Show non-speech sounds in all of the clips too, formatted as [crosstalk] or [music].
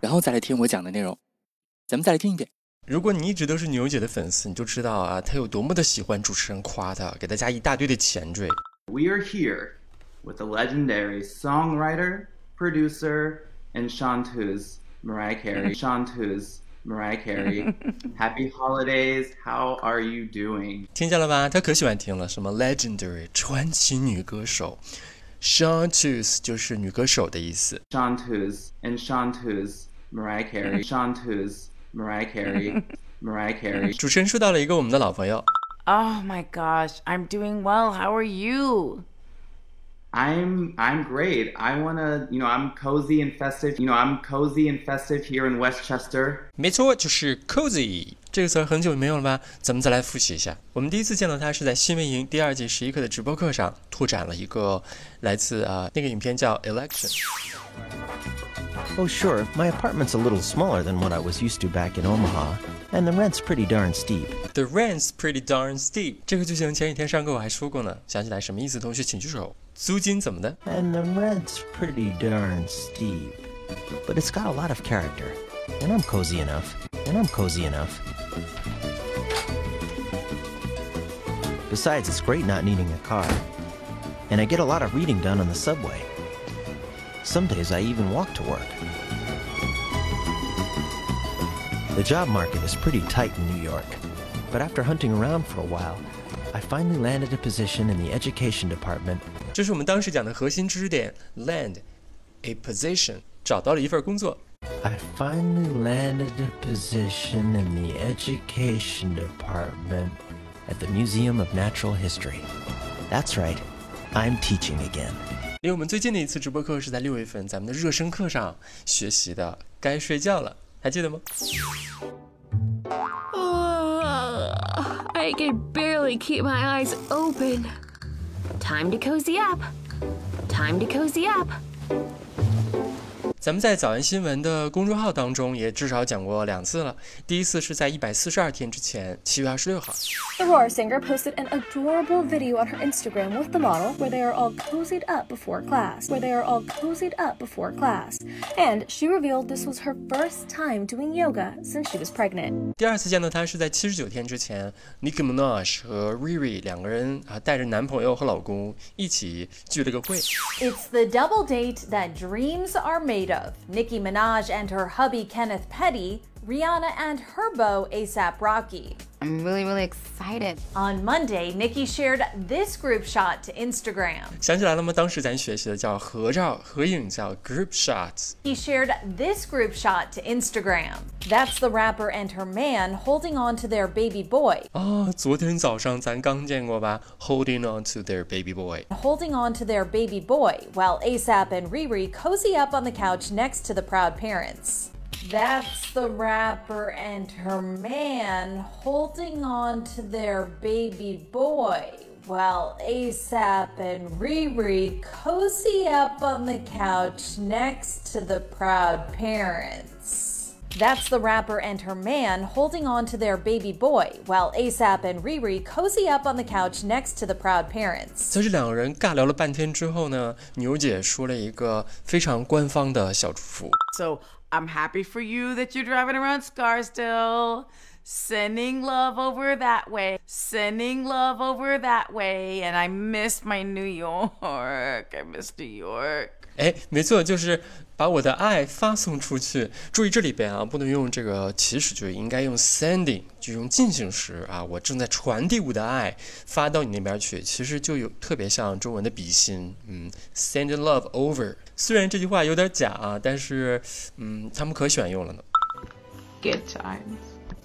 然后再来听我讲的内容。咱们再来听一遍。如果你一直都是牛姐的粉丝，你就知道啊，她有多么的喜欢主持人夸她，给她加一大堆的前缀。 We are here with the legendary songwriter, producer, and chanteuse Mariah Carey. chanteuse Mariah Carey. Happy holidays. How are you doing? 听见了吧？她可喜欢听了，什么 legendary 传奇女歌手 s h a n t u s 就是女歌手的意思。 Chanteuse and chanteuse Mariah Carey. chanteuse Mariah Carey. Mariah Carey. 主持人说到了一个我们的老朋友， Oh my gosh, I'm doing well. How are you? I'm I'm great. I wanna, you know, I'm cozy and festive. You know, I'm cozy and festive here in Westchester. 没错，就是 cozy 这个词儿很久没用了吧？咱们再来复习一下。我们第一次见到她是在新闻营第二季十一课的直播课上，拓展了一个来自啊、那个影片叫 election。 Oh, sure, my apartment's a little smaller than what I was used to back in Omaha, and the rent's pretty darn steep. The rent's pretty darn steep。这个句型前几天上课我还说过呢，想起来什么意思？同学请举手。租金怎么的？ And the rent's pretty darn steep. But it's got a lot of character. And I'm cozy enough. And I'm cozy enough. Besides, it's great not needing a car. And I get a lot of reading done on the subway. Some days I even walk to work. The job market is pretty tight in New York, but after hunting around for a while, I finally landed a position in the education department 这是我们当时讲的核心知识点：land a position，找到了一份工作。 I finally landed a position in the Education Department at the Museum of Natural History. That's right, I'm teaching again. 离我们最近的一次直播课是在六月份咱们的热身课上学习的。该睡觉了，还记得吗？ Ugh, I can barely keep my eyes open. Time to cozy up. Time to cozy up. 咱们在早安新闻的公众号当中也至少讲过两次了。第一次是在一百四十二天之前，七月二十六号。 The Roar singer posted an adorable video on her Instagram with the model where they are all cozied up before class, where they are all cozied up before class. And she revealed this was her first time doing yoga since she was pregnant. 第二次见到她是在七十九天之前，Nicki Minaj 和 Riri 两个人啊带着男朋友和老公一起聚了个会。 It's the double date that dreams are made of. Nicki Minaj and her hubby Kenneth Petty, Rihanna and her beau ASAP Rocky. I'm really, really excited. On Monday, Nicki shared this group shot to Instagram. 想起来了吗？当时咱学习的叫合照、合影叫 group shots。 He shared this group shot to Instagram. That's the rapper and her man holding on to their baby boy, 啊，昨天早上咱刚见过吧？Holding on to their baby boy。 holding on to their baby boy, while ASAP and Riri cozy up on the couch next to the proud parents. That's the rapper and her man holding on to their baby boy. While ASAP and Riri cozy up on the couch next to the proud parents. That's the rapper and her man holding on to their baby boy, while ASAP and Riri cozy up on the couch next to the proud parents. 在这两个人尬聊了半天之后呢，牛姐说了一个非常官方的小祝福。 So, I'm happy for you that you're driving around Scarsdale. Sending love over that way. Sending love over that way. And I miss my New York. I miss New York. 哎，没错，就是把我的爱发送出去。注意这里边啊，不能用这个祈使句，应该用 sending，就用进行时啊。我正在传递我的爱发到你那边去，其实就有特别像中文的比心，嗯，send love over。虽然这句话有点假啊，但是嗯，他们可喜欢用了呢。 good times.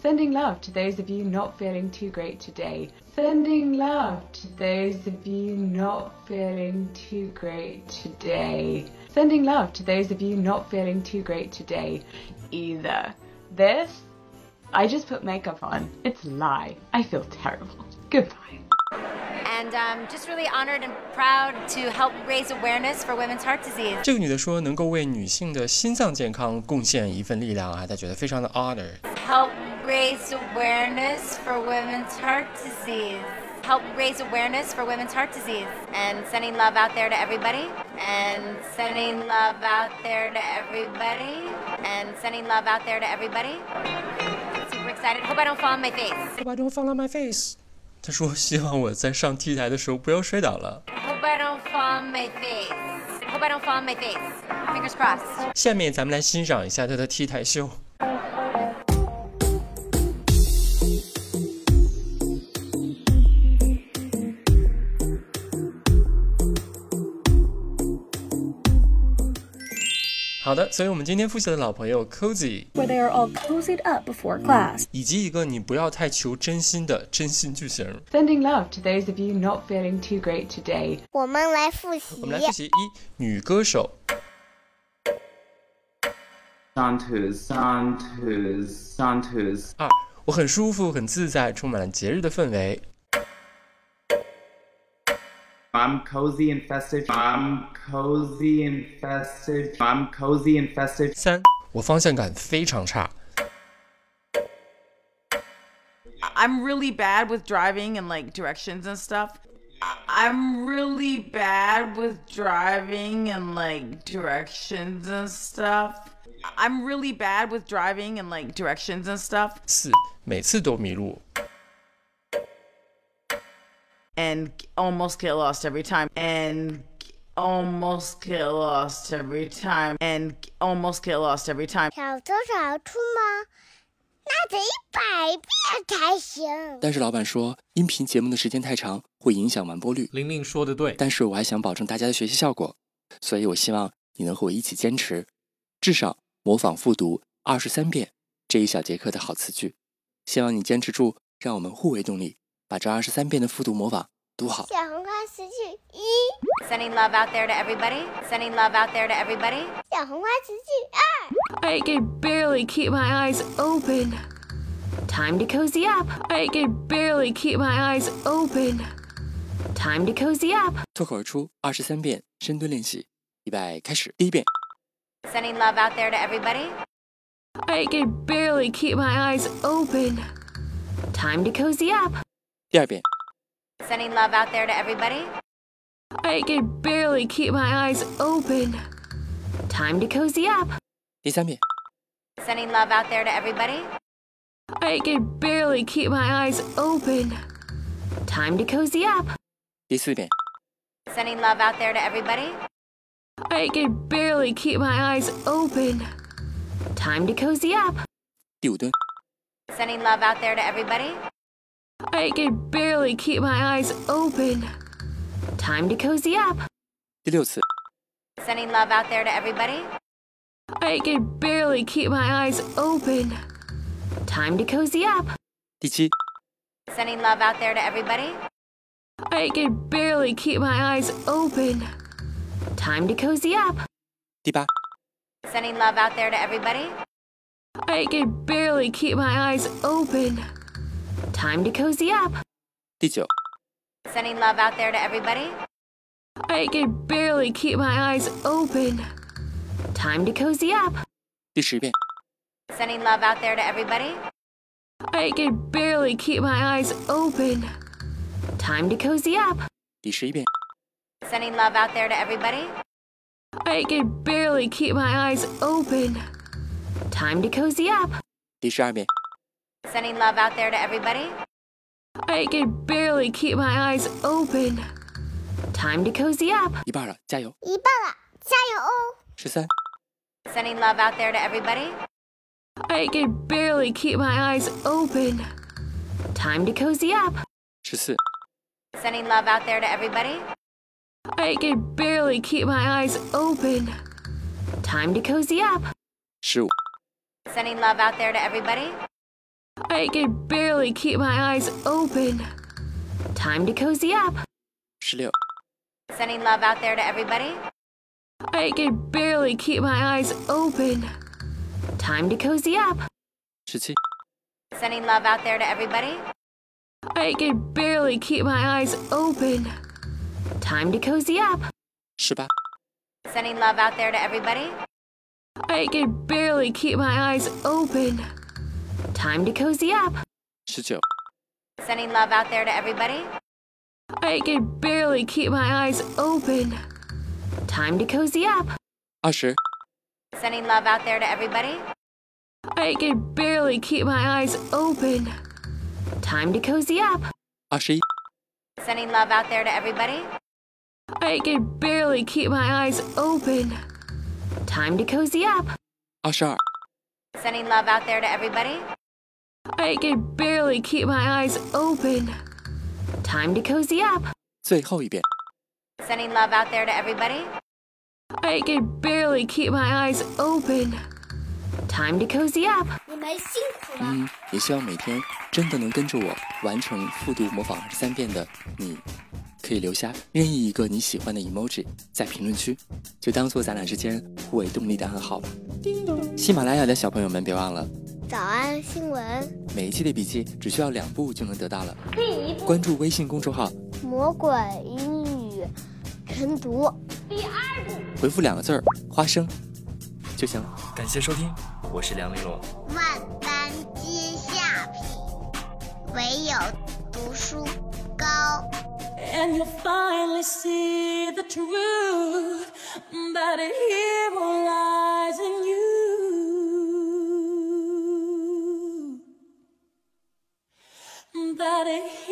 Sending love to those of you not feeling too great today. Sending love to those of you not feeling too great today. Sending love to those of you not feeling too great today either. This, I just put makeup on. It's a lie. I feel terrible. [laughs] Goodbye. And um, just really honored and proud to help raise awareness for women's heart disease. 这个女的说，能够为女性的心脏健康贡献一份力量啊，她觉得非常的 honor。 Help raise awareness for women's heart disease. Help raise awareness for women's heart disease. And sending love out there to everybody. And sending love out there to everybody. And sending love out there to everybody. Super excited. Hope I don't fall on my face. Hope I don't fall on my face. 她说，希望我在上 T 台的时候不要摔倒了。 Hope I don't fall on my face. Hope I don't fall on my face. Fingers crossed. 下面咱们来欣赏一下她的 T 台秀。好的，所以我们今天复习的老朋友 cozy， where they are all cozied up before class. 以及一个你不要太求真心的真心句型。 Sending love to those of you not feeling too great today. 我们来复习我。们来复习一女歌手 Santus, Santus, Santus. 二，啊我很舒服，很自在，充满了节日的氛围。 I'm cozy and festive. I'm cozy and festive. I'm cozy and festive. 三，我方向感非常差。 I'm really bad with driving and like directions and stuff. I- I'm really bad with driving and like directions and stuff. I'm really bad with driving and like directions and stuff. 四，每次都迷路。 and almost get lost every time and almost get lost every time and almost get lost every time 小偷小兔吗？那得一百遍才行。但是老板说，音频节目的时间太长，会影响完播率。玲玲说的对，但是我还想保证大家的学习效果，所以我希望你能和我一起坚持，至少模仿复读二十三遍这一小节课的好词句。希望你坚持住，让我们互为动力，把这二十三遍的复读模仿读好。小红花词句一， Sending love out there to everybody. Sending love out there to everybody. 小红花词句 I can barely keep my eyes open. Time to cozy up. I can barely keep my eyes open. Time to cozy up. 脱口而出二十三遍深蹲练习，预备开始。第一遍， Sending love out there to everybody. I can barely keep my eyes open. Time to cozy up. 第二遍， Sending love out there to everybody. I can barely keep my eyes open. Time to cozy up. 第三遍， Sending love out there to everybody. I can barely keep my eyes open. Time to cozy up. 第四遍， Sending love out there to everybody. I can barely keep my eyes open. Time to cozy up. 第五蹲， Sending love out there to everybody. I can barely keep my eyes open. Time to cozy up. 第六次， Sending love out there to everybody. I can barely keep my eyes open. Time to cozy up. 第七， Sending love out there to everybody. I can barely keep my eyes open. Time to cozy up. 第八， Sending love out there to everybody. I can barely keep my eyes open. Time to cozy up. 第九， Sending love out there to everybody. I can barely keep my eyes open. Time to cozy up. 第十遍， Sending love out there to everybody. I can barely keep my eyes open. Time to cozy up. 第十一遍， Sending love out there to everybody. I can barely keep my eyes open. Time to cozy up. 第十二遍， Sending love out there to everybody. I can barely keep my eyes open. Time to cozy up. 一半了，加油！一，一半了，加油哦！十三、 Sending love out there to everybody. I can barely keep my eyes open. Time to cozy up. 十四、 Sending love out there to everybody. I can barely keep my eyes open. Time to cozy up. 十五、 Sending love out there to everybody. I can barely keep my eyes open. Time to cozy up. 十六、 Sending love out there to everybody. I can barely keep my eyes open. Time to cozy up. 十七、 Sending love out there to everybody. I can barely keep my eyes open. Time to cozy up. 十八、 Sending love out there to everybody. I can barely keep my eyes open. Time to cozy up. 十九、 Sending love out there to everybody. I can barely keep my eyes open. Time to cozy up. 二十、 Sending love out there to everybody. I can barely keep my eyes open. Time to cozy up. 二十一、 Sending love out there to everybody. I can barely keep my eyes open. Time to cozy up. 二十二、 Sending love out there to everybody. I can barely keep my eyes open. Time to cozy up. 最后一遍。 Sending love out there to everybody. I can barely keep my eyes open. Time to cozy up. 你们辛苦了。嗯，也希望每天真的能跟着我完成复读模仿二十三遍的你，可以留下任意一个你喜欢的 emoji 在评论区，就当做咱俩之间互为动力的暗号吧。喜马拉雅的小朋友们别忘了，早安新闻，每一期的笔记只需要两步就能得到了。第一步关注微信公众号，魔鬼英语晨读，第二步回复两个字儿“花生”就行了。感谢收听，我是梁丽罗。万般皆下品，唯有读书高。 And you'll finally see the truth that a hero lies in you. That a